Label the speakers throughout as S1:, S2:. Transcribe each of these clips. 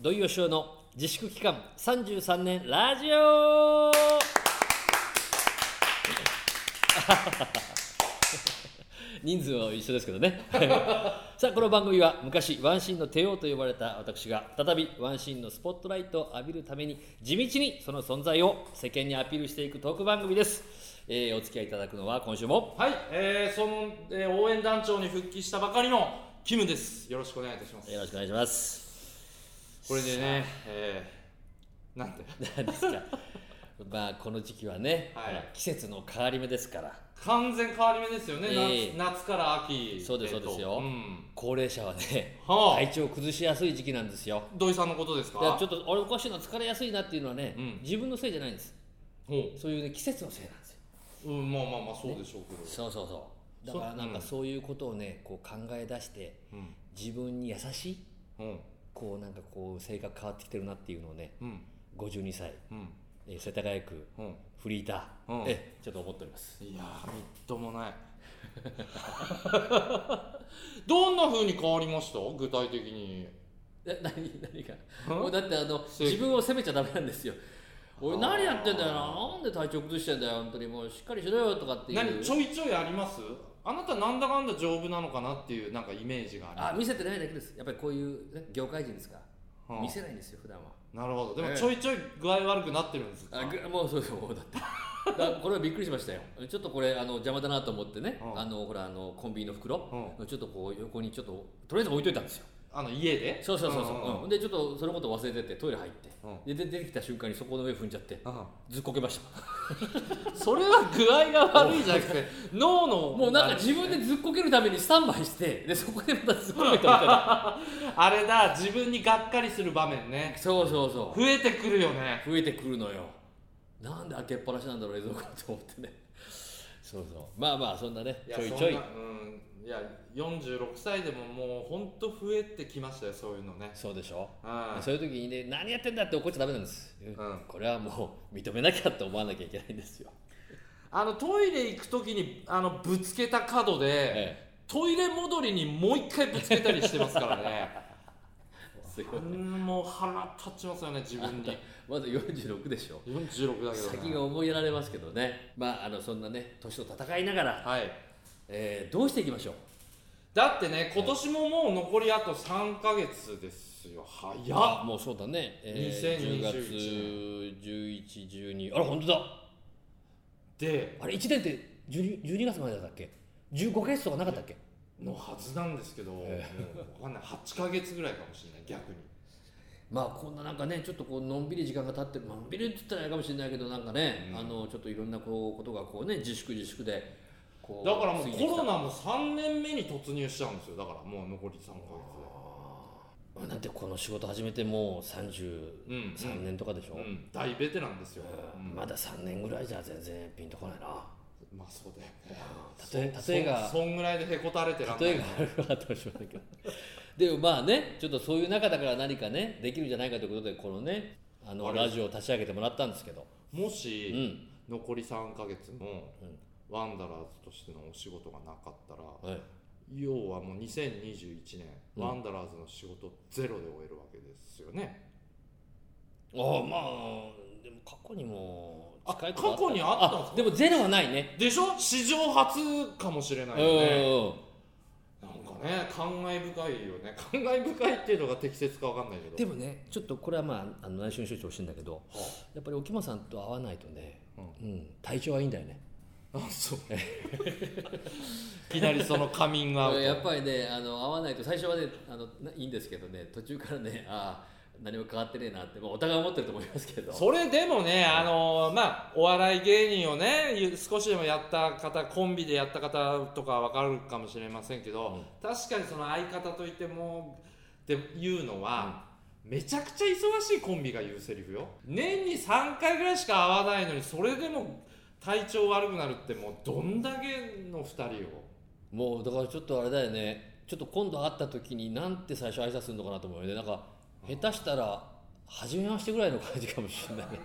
S1: 土井善雄の自粛期間33年ラジオ 人数は一緒ですけどね さあこの番組は昔ワンシーンの帝王と呼ばれた私が再びワンシーンのスポットライトを浴びるために地道にその存在を世間にアピールしていくトーク番組です、えーお付き合いいただくのは今週も
S2: はい、えー、その、えー、応援団長に復帰したばかりのキムです。よろしくお願いいたします。
S1: よろしくお願いします
S2: これでね、えー、なんて、
S1: なんですかまあこの時期 はね、
S2: はい
S1: ほら季節の変わり目ですから
S2: 完全変わり目ですよね、
S1: ええ
S2: 夏夏から秋。
S1: そうです
S2: えーと
S1: そうですよ
S2: うん、
S1: 高齢者はね、
S2: はあ
S1: 体調を崩しやすい時期なんですよ
S2: 土井さんのことですか
S1: いやちょっと俺おかしいな疲れやすいなっていうのはね、
S2: うん
S1: 自分のせいじゃないんです
S2: ほ
S1: そういうね季節のせいなんですよ
S2: ううん、まあまあまあ、そうでしょうけど。
S1: そうそうそうだから
S2: そ
S1: なんか
S2: うん
S1: そういうことをねこう考え出して
S2: うん、
S1: 自分に優しい
S2: うん、
S1: こうなんかこう性格変わってきてるなっていうのをね
S2: うん、
S1: 52歳、
S2: うん、
S1: えー世田谷区
S2: うん。
S1: フリーター、
S2: うん
S1: えちょっと思っております
S2: いやー、みっともない。 どんな風に変わりました具体的に。
S1: え何何が
S2: ん
S1: もうだってあの
S2: 正義
S1: 自分を責めちゃダメなんですよ俺
S2: あー
S1: 何やってんだよななんで体調崩してんだよ本当にもうしっかりしろよとかっていう
S2: 何ちょいちょいありますあなたなんだかんだ丈夫なのかなっていうなんかイメージがあります
S1: あ見せてないだけですやっぱりこういう、ね、業界人ですから
S2: はあ
S1: 見せないんですよ普段は
S2: なるほどで
S1: え
S2: も
S1: え
S2: ちょいちょい具合悪くなってるんですか
S1: あぐもうそうそうもうだってだからこれはびっくりしましたよちょっとこれあの邪魔だなと思ってね、
S2: うん
S1: あのほらあのコンビニの袋、ちょっとこう横にちょっととりあえず置いといたんですよ
S2: あの家で
S1: そうそうそうそう、
S2: んん
S1: うんでちょっとそのこと忘れててトイレ入って、
S2: う
S1: で出てきた瞬間にそこの上踏んじゃって
S2: うん
S1: ずっこけました
S2: それは具合が悪いじゃな くて脳の
S1: もうなんか自分でずっこけるためにスタンバイしてでそこでまたずっこけたみたい な
S2: あれだ自分にがっかりする場面ね
S1: そうそうそ
S2: 増えてくるよね
S1: う増えてくるのよなんで開けっぱなしなんだろう冷蔵庫と思ってねそうそうまあまあそんなねち
S2: いや
S1: ょいちょい
S2: そんなうんいや46歳でももうほんと増えてきましたよそういうのね
S1: そうでしょ
S2: うん
S1: そういう時にね何やってんだって怒っちゃダメなんです、
S2: ん
S1: これはもう認めなきゃって思わなきゃいけないんですよ
S2: あのトイレ行く時にあのぶつけた角で、
S1: え
S2: トイレ戻りにもう一回ぶつけたりしてますからね
S1: すご
S2: う
S1: い
S2: んもう腹立ちますよね自分 に
S1: まだ46でしょ
S2: 46だけど、ね、
S1: 先が思いやられますけどねまああのそんなね年と戦いながら、
S2: はい
S1: えーどうしていきましょう
S2: だってね今年ももう残りあと3か月ですよ早
S1: いや
S2: っ
S1: もうそうだね、えー、10
S2: 2021
S1: 月1112あれ本当だ
S2: で
S1: あれ1年って12 12月までだっけ15ヶ月とかなかったっけ
S2: のはずなんですけど、
S1: え
S2: 分かんない8か月ぐらいかもしれない逆に
S1: まあこんななんかねちょっとこうのんびり時間が経ってのんびりって言ったらあれかもしれないけどなんかね、
S2: うん
S1: あのちょっといろんなこうことがこうね自粛自粛でこ
S2: だからもう
S1: 過ぎ
S2: コ
S1: てきた
S2: ロナも3年目に突入しちゃうんですよだからもう残り3か
S1: まあなんてこの仕事始めてもう33
S2: 月でうん、
S1: 年とかでしょ、
S2: うんうん、大ベテランですよ、
S1: うんまだ3年ぐらいじゃ全然ピンとこないな
S2: うんまあそうだよね
S1: 例え例えが
S2: そそんぐらいでへこたれてらんない
S1: 例えがあるかもしれないけど でもまあねちょっとそういう中だから何かねできるんじゃないかということでこのねあの
S2: あれ
S1: ラジオを立ち上げてもらったんですけど、
S2: も
S1: う
S2: し、
S1: ん
S2: 残り3か月も、
S1: うん
S2: ワンダラーズとしてのお仕事がなかったら
S1: はい、
S2: 要はもう2021年、
S1: うん
S2: ワンダラーズの仕事ゼロで終えるわけですよね
S1: ああまあでも過去にも
S2: あ
S1: 近いこと
S2: 過去にあったんですか
S1: でもゼロはないね
S2: でしょ史上初かもしれないよねなんかね感慨深いよね感慨深いっていうのが適切かわかんないけ
S1: うん
S2: ど
S1: でもねちょっとこれはまああの内緒にしといてほしいんだけどやっぱり沖間さんと会わないとね、うん体調はいいんだよね
S2: あそう いきなりそのカミングアウト
S1: やっぱりねあの会わないと最初はねあのないいんですけどね途中からねああ何も変わってねえなって、まあ、お互い思ってると思いますけど
S2: それでもね、あのまあ、お笑い芸人をねゆ少しでもやった方コンビでやった方とかは分かるかもしれませんけど、確かにその相方といってもっていうのは、めちゃくちゃ忙しいコンビが言うセリフよ年に3回ぐらいしか会わないのにそれでも体調悪くなるってもうどんだけの2人を
S1: もうだからちょっとあれだよねちょっと今度会った時になんて最初挨拶するのかなと思うよねなんか下手したら初めましてぐらいの感じかもしれ ないね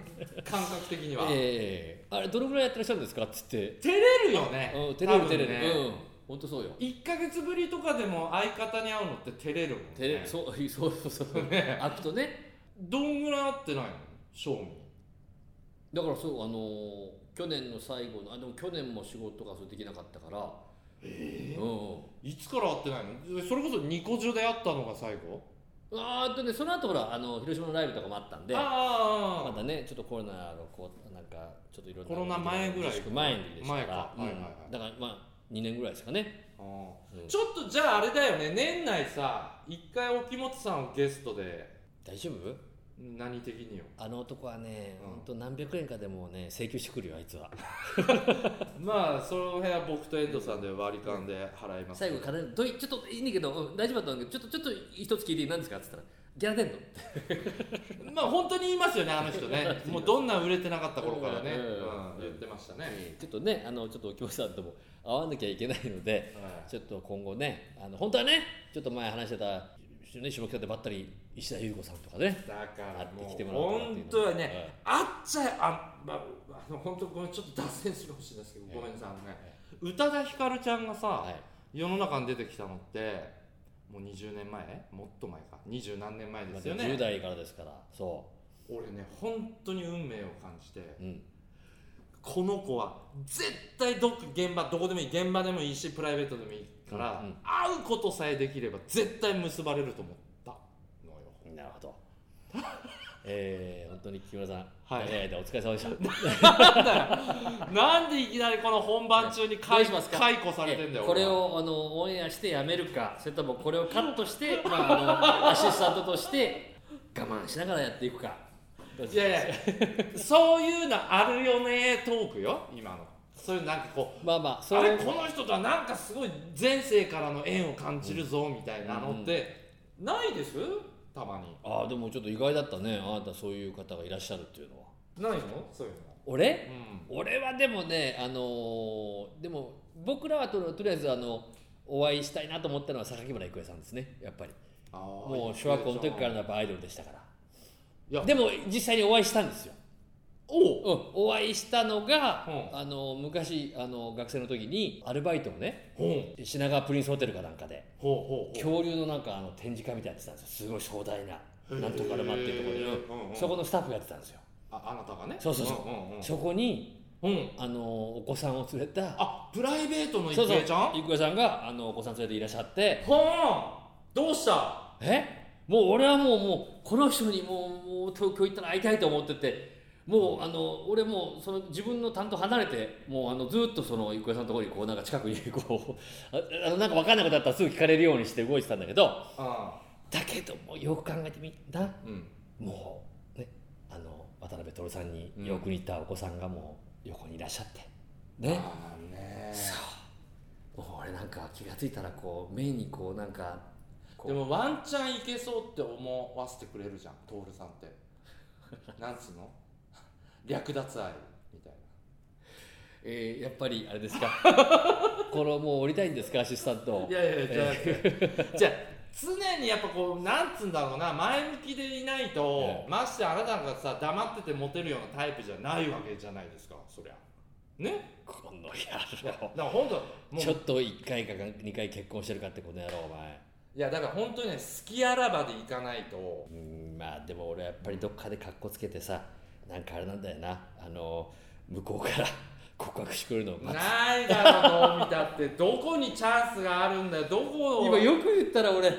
S2: 感覚的には、
S1: ええあれどのぐらいやってらっしゃるんですかって言って
S2: 照れるよね
S1: うん照れる照
S2: 多分
S1: れ
S2: ね
S1: る、うん本当そうよ
S2: 1か月 ぶりとかでも相方に会うのって照れるもんね
S1: 照れそうそうそうそう悪とね
S2: どんぐらい会ってないの正味
S1: だからそうあのー去年の最後のあでも去年も仕事がそうできなかったからええうん
S2: いつから会ってないのそれこそニコジョで会ったのが最後
S1: あーっとねその後ほらあの広島のライブとかもあったんで
S2: あ
S1: まだねちょっとコロナのこうなんかちょっといろんな
S2: コロナ前ぐらい
S1: 自粛前にでしたから
S2: 前か
S1: うん
S2: はいはいはい
S1: だからまあ2年ぐらいですかね、
S2: あ
S1: うん
S2: ちょっとじゃああれだよね年内さ一回沖本さんをゲストで
S1: 大丈夫
S2: 何的 によ
S1: あの男はね、
S2: うん
S1: ほんと何百円かでもね請求してくるよあいつは
S2: まあその辺は僕と遠藤さんで割り勘で払います
S1: 最後金どいちょっといいんだけど、うん大丈夫だと思うんだけどちょっとちょっと一つ聞いていい何ですかっつったらギャラ出んの
S2: まあ本当に言いますよねあの人 ねもうどんな売れてなかった頃からね、
S1: う
S2: うんん
S1: うん
S2: 言ってましたね、
S1: ちょっとねあのちょっとお客さんとも会わなきゃいけないので
S2: はい
S1: ちょっと今後ねあの本当はねちょっと前話してた、ね、下北でばったり石田優子さんとかね
S2: だから
S1: 会って
S2: も
S1: き
S2: う
S1: てもらおうかなっていう
S2: 本
S1: の
S2: 当はね、あっちゃあまああの本当ごめんちょっと脱線するかもしれないですけど、ごめんなさいあのね宇多田ヒカルちゃんがさ、
S1: はい
S2: 世の中に出てきたのってもう20年前もっと前か二十何年前
S1: ま
S2: で
S1: あ
S2: すよ
S1: 10
S2: ね
S1: 代からですからそ
S2: 俺ね本当に運命を感じて
S1: う、うん、
S2: この子は絶対どっか現場どこでもいい現場でもいいしプライベートでもいいから、
S1: うんうん
S2: 会うことさえできれば絶対結ばれると思ったのよ
S1: なるほど えー、本当に木村さん、
S2: はい
S1: 長い間お疲れ様でした
S2: なんでいきなりこの本番中に
S1: ど
S2: 解
S1: うしますか
S2: 解雇されてんだよ、
S1: えこれ
S2: 俺は
S1: をあのオンエアしてやめるかそれともこれをカット して、まあ、あのアシスタントとして我慢しながらやっていくかどう
S2: い
S1: ぞ
S2: やいやそういうのあるよねトークよ今のそういうなんかこう
S1: まあまあ
S2: あ
S1: そ
S2: れ
S1: れ
S2: この人とはなんかすごい前世からの縁を感じるぞみたいなのってないですたまに
S1: ああでもちょっと意外だったねあなたそういう方がいらっしゃるっていうのは
S2: ないのそういうの
S1: 俺
S2: うん
S1: 俺はでもねあのーでも僕らはととりあえずあのお会いしたいなと思ったのは榊村郁恵さんですねやっぱり
S2: あー
S1: もう小学校の時からのやっぱアイドルでしたから
S2: いや
S1: でも実際にお会いしたんですよ
S2: お
S1: う
S2: う
S1: ん、お会いしたのが、
S2: うん
S1: あの昔あの学生の時にアルバイトをね
S2: ほう
S1: 品川プリンスホテルかなんかで
S2: ほうほうほう
S1: 恐竜のなんかあの展示会みたいなやってたんですよすごい壮大ななんとかアルマっていうところで、
S2: へーうんうん
S1: そこのスタッフがやってたんですよ、
S2: ああなたがね
S1: そうそうそう
S2: うんうん
S1: そこに
S2: うんうん
S1: あのお子さんを連れた
S2: あプライベートの
S1: そう
S2: 郁
S1: そう
S2: 恵ちゃん
S1: 郁恵さんがあのお子さん連れていらっしゃって
S2: ほうどうした
S1: えもう俺はもうもうこの人にもうもう東京行ったら会いたいと思っててもうあの俺もうその自分の担当離れてもうあのずっとその郁恵さんのところにこうなんか近くにこう ああのなんか分かんないことあったらすぐ聞かれるようにして動いてたんだけど
S2: あ
S1: だけどもうよく考えてみた
S2: ーうん
S1: もうねあの渡辺徹さんによく似たお子さんがもう横にいらっしゃって、ね
S2: あーね
S1: そうもう俺なんか気が付いたらこう目にこうなんかこう
S2: でもワンチャンいけそうって思わせてくれるじゃん徹さん ってなんつうの略奪愛みたい
S1: えーやっぱりあれです かこれもう降りたいんですかアシスタント
S2: ないやいやじゃなくてじゃあ常にやっぱこうなんつうんだろうな前向きでいないと、
S1: え
S2: ましてあなたがさ黙っててモテるようなタイプじゃないわけじゃないですかそりゃね
S1: この
S2: いや
S1: 野郎
S2: だから本当もう
S1: ちょっと1回か2回結婚してるかってこの野郎お前
S2: いやだから本当にね好きあらばでいかないと
S1: うーんまあでも俺はやっぱりどっかでかっこつけてさなんかあれなんだよなあの向こうから 告白してくるのを待つ
S2: ないだろうどう見たってどこにチャンスがあるんだよどこを
S1: 今よく言ったら俺も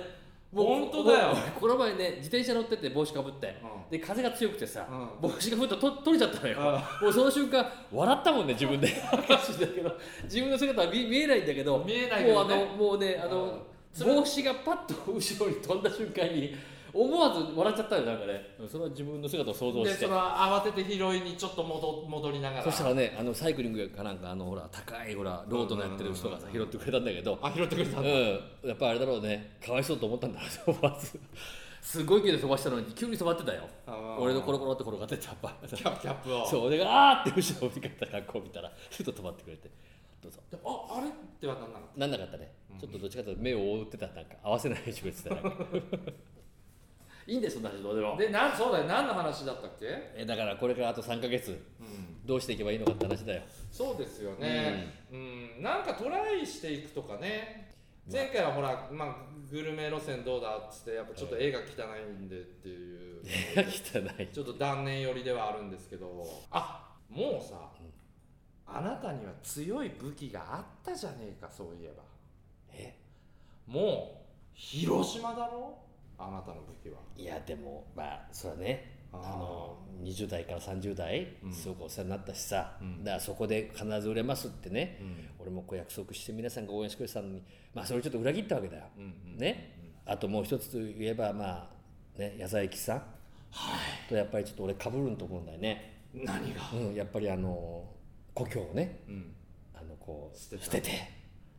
S1: う
S2: 本当だよ
S1: もうこの前ね自転車乗ってて帽子かぶって、
S2: うん
S1: で風が強くてさ、
S2: うん
S1: 帽子かぶったと取れちゃったのよ、もうその瞬間笑ったもんね自分で証だけど自分の姿は見見えないんだけど
S2: 見えないけどね
S1: もうあのもうねあの
S2: うん
S1: 帽子がパッと後ろに飛んだ瞬間に思わず笑っちゃったよなんかねその自分の姿を想像
S2: で
S1: して
S2: その慌てて拾いにちょっと戻戻りながら
S1: そしたらねあのサイクリングかなんかあのほら高いほらロードのやってる人がさ拾ってくれたんだけど
S2: あ拾ってくれた
S1: うん、やっぱあれだろうねかわいそうと思ったんだろうね思わずすごい勢いで飛ばしたのに急に止まってたよ
S2: あー
S1: 俺のコロコロって転がってってやっぱ
S2: キャキャップを
S1: そう俺が「あー!」って後ろを振り返ったらこう見たらふと止まってくれてどうぞ
S2: でああれってはなんなかった
S1: なんなかったねちょっとどっちかというと目を覆ってたなんか合わせないようにしてくれてたなんか いいんですそんな話どうでも
S2: でなんそうだよ何の話だったっけ、
S1: えだからこれからあと3か月
S2: うん、
S1: どうしていけばいいのかって話だよ
S2: そうですよねうん、なんかトライしていくとかね前回はほら、まあ、グルメ路線どうだっつってやっぱちょっと絵が汚いんでっていう
S1: 汚 い
S2: ちょっと断念寄りではあるんですけどあもうさ、あなたには強い武器があったじゃねえかそういえば
S1: え
S2: もう広島だろあなたの武器はい
S1: やでもまあそれはねあ
S2: あー
S1: の20代から30代
S2: うん
S1: すごくお世話になったしさ、
S2: うん
S1: だからそこで必ず売れますってね、
S2: うん
S1: 俺もこう約束して皆さんが応援してくれてたのにまあそれをちょっと裏切ったわけだよ、
S2: うん
S1: ねあともう一つ言えばまあね矢沢駅さん、とやっぱりちょっと俺かぶるんと思うんだよね、
S2: うん何が
S1: うん、やっぱりあの故郷をね
S2: うん
S1: あのこう
S2: 捨てた
S1: 捨てて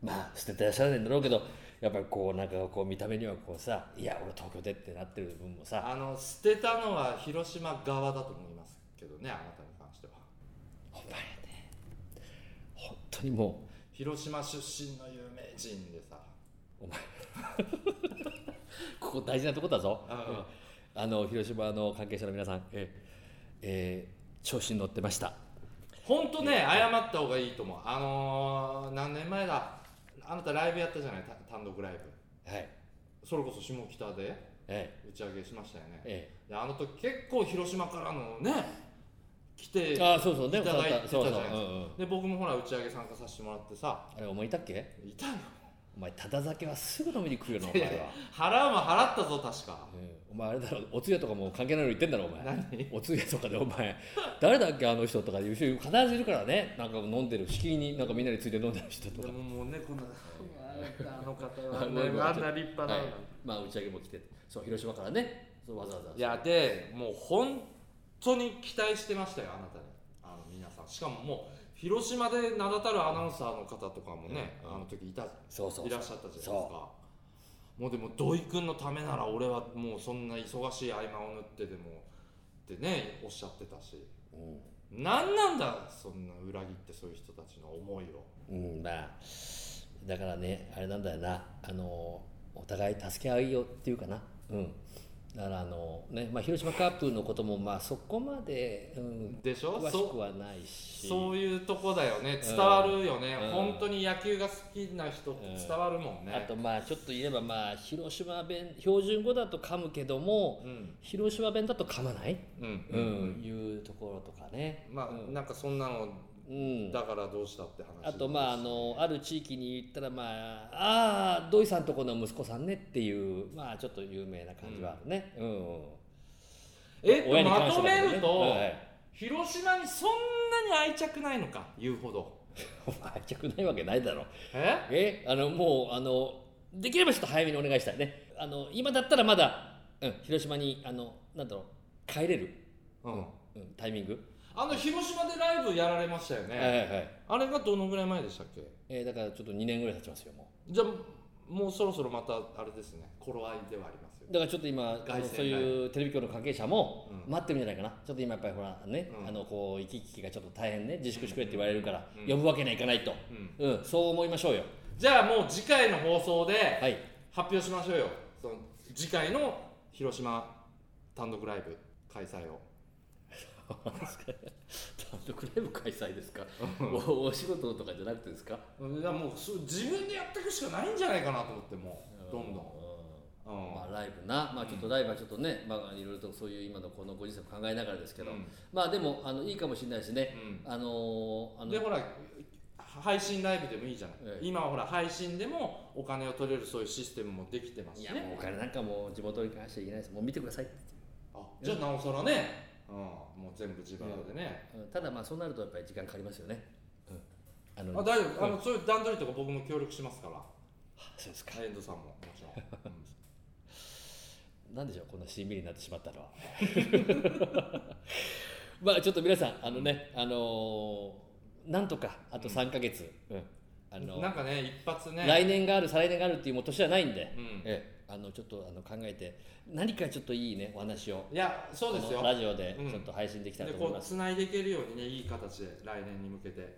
S1: まあ捨ててらっしゃらないんだろうけどやっぱりこうなんかこう見た目にはこうさいや俺東京でってなってる分もさ
S2: あの捨てたのは広島側だと思いますけどねあなたに関しては
S1: ほんまやね本当にも
S2: 広島出身の有名人でさ
S1: うお前ここ大事なとこだぞ
S2: あ
S1: あの広島の関係者の皆さんええー調子に乗ってました
S2: 本当ね謝った方がいいと思うあのー、何年前だあなたライブやったじゃないた単独ライブ
S1: はい
S2: それこそ下北で
S1: え
S2: 打ち上げしましたよ
S1: え
S2: ね
S1: え
S2: であの時結構広島からのね来て
S1: えああそうそうで
S2: い
S1: も
S2: ただいてたじゃ
S1: そうそう、う
S2: ないですか
S1: んうん、
S2: で僕もほら打ち上げ参加させてもらってさ
S1: あれお前いたっけ
S2: いたよ
S1: お前ただ酒はすぐ飲みに来るよなお
S2: い
S1: 前は
S2: や、払うも払ったぞ確か
S1: うんお前あれだろお通夜とかもう関係ないのに言ってんだろお前
S2: 何
S1: お通夜とかでお前誰だっけあの人とかいう人必ずいるからねなんか飲んでる敷居になんかみんなについて飲んでる人と
S2: で
S1: か
S2: ももうねこんなあの方
S1: は
S2: は、
S1: ね
S2: ね、
S1: あ
S2: あ
S1: ん
S2: ん
S1: な
S2: な立派な、
S1: はい
S2: い、、
S1: まあ打ち上げも来ててそう広島からねそうわざわざ
S2: やでもう本当に期待してましたよあなたにあの皆さんしかももう広島で名だたるアナウンサーの方とかもね、
S1: うん
S2: あの時いた
S1: そうそう
S2: い
S1: そ
S2: ら
S1: う
S2: っしゃったじゃないですかもうでも土井君のためなら俺はもうそんな忙しい合間を縫ってでもってねおっしゃってたし何なんだそんな裏切ってそういう人たちの思いを
S1: うん、うん、まあだからねあれなんだよなあのお互い助け合いよっていうかなうんだからあのねまあ広島カープのこともまあそこまで、うん、
S2: でしょ
S1: 詳
S2: そう
S1: しくはないし
S2: そういうとこだよね伝わるよね、
S1: うん
S2: 本当に野球が好きな人って伝わるもん
S1: あ
S2: ね、
S1: とまあちょっと言えばまあ広島弁標準語だと噛むけども、
S2: うん
S1: 広島弁だと噛まない、
S2: うん
S1: うんいうところとかね、
S2: まあ、
S1: うん
S2: なんかそんなの
S1: うん、
S2: だからどうしたって話
S1: あとまああのある地域に行ったらまあああ土井さんとこの息子さんねっていうまあちょっと有名な感じはあるね、うんうん
S2: えっと
S1: 親に関
S2: ま
S1: して
S2: と
S1: だけどね
S2: めると、
S1: はい
S2: 広島にそんなに愛着ないのか言うほど
S1: お前愛着ないわけないだろ
S2: え
S1: えあのもうあのできればちょっと早めにお願いしたいねあの今だったらまだ、うん、広島にあのなんだろう帰れる、
S2: うん
S1: うん、タイミング、
S2: あの広島でライブやられましたよね、
S1: はいはいはい
S2: あれがどのぐらい前でしたっけ
S1: えーだからちょっと2年ぐらい経ちますよも
S2: じゃあもうそろそろまたあれですね頃合いではありますよ
S1: うだからちょっと今
S2: 凱旋ライブ
S1: そういうテレビ局の関係者も
S2: うん
S1: 待ってるんじゃないかな、ちょっと今やっぱりほらね、
S2: うん
S1: あのこう行き来がちょっと大変ね自粛してくれって言われるから、
S2: うん
S1: 呼ぶわけにはいかないと、
S2: うん
S1: うんそう思いましょうよ
S2: じゃあもう次回の放送で、
S1: はい
S2: 発表しましょうよその次回の広島単独ライブ開催を
S1: 単独ライブ開催です かおお仕事とかじゃなくてですか
S2: いやもうそう自分でやっていくしかないんじゃないかなと思ってもうどんどん、うん
S1: まあ、ライブな、まあ、ちょっとライブはちょっとね、まあ、いろいろとそういう今のこのご時世を考えながらですけど、
S2: うん
S1: まあでもあのいいかもしれないですね、
S2: う
S1: あのーあ
S2: ん
S1: の
S2: でほら配信ライブでもいいじゃない、
S1: ええ
S2: 今はほら配信でもお金を取れるそういうシステムもできてます
S1: い
S2: し
S1: や
S2: ね
S1: もうお金なんかもう地元に関してはいけないですもう見てくださいって
S2: あじゃあなおさらね、うん、もう全部自腹でね、
S1: うんただまあそうなるとやっぱり時間かかりますよね、あ
S2: あ
S1: の
S2: 大丈夫、あのそういう段取りとか僕も協力しますから
S1: そうですか
S2: 遠藤さんももちろ ん、うん
S1: なんでしょうこんなしんみりになってしまったのは まあちょっと皆さんあのねあのーなんとかあと3か月、うんあの
S2: なんかね一発ね
S1: 来年がある再来年があるっていうもう年じゃないんで、
S2: うん
S1: ええあのちょっとあの考えて何かちょっといいねお話を
S2: いやそうですよ
S1: このラジオで
S2: うん
S1: ちょっと配信できたら
S2: で
S1: と思い
S2: こ
S1: ま
S2: う
S1: す、
S2: つないでいけるようにねいい形で来年に向けて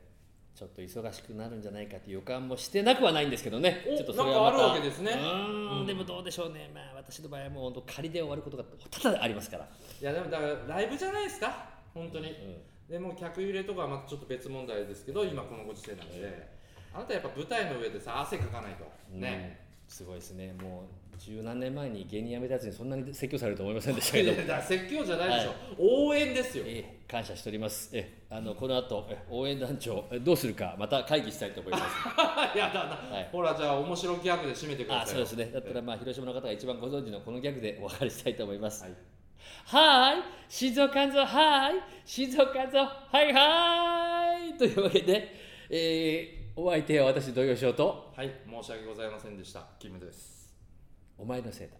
S1: ちょっと忙しくなるんじゃないかっていう予感もしてなくはないんですけどね
S2: お
S1: ちょっと
S2: なんかあるわけですね
S1: うーん
S2: うん
S1: でもどうでしょうねまあ私の場合はもう本当仮で終わることが多々ありますから、
S2: いやでもだからライブじゃないですか本当
S1: う
S2: に、
S1: ん
S2: でもう客入れとかはまたちょっと別問題ですけど今このご時世なんで、あなたやっぱ舞台の上でさ汗かかないとね、
S1: すごいですねもう十何年前に芸人辞めたやつにそんなに説教されると思いませんでしたけ
S2: い
S1: ど
S2: やだから説教じゃないでしょ、
S1: は
S2: 応援ですよ
S1: ええ感謝しておりますええあのこの後え応援団長えどうするかまた会議したいと思います
S2: やだな、
S1: はい
S2: ほらじゃあ面白ギャグで締めてくだ
S1: あ
S2: さ
S1: そ
S2: いうよ
S1: ですねだったらまあ広島の方が一番ご存知のこのギャグでお別れしたいと思います
S2: は
S1: はいーい静岡ぞはーい静岡ぞはいはーいというわけで、えーお相手は私土曜翔と
S2: はい、申し訳ございませんでしたキムです
S1: お前のせいだ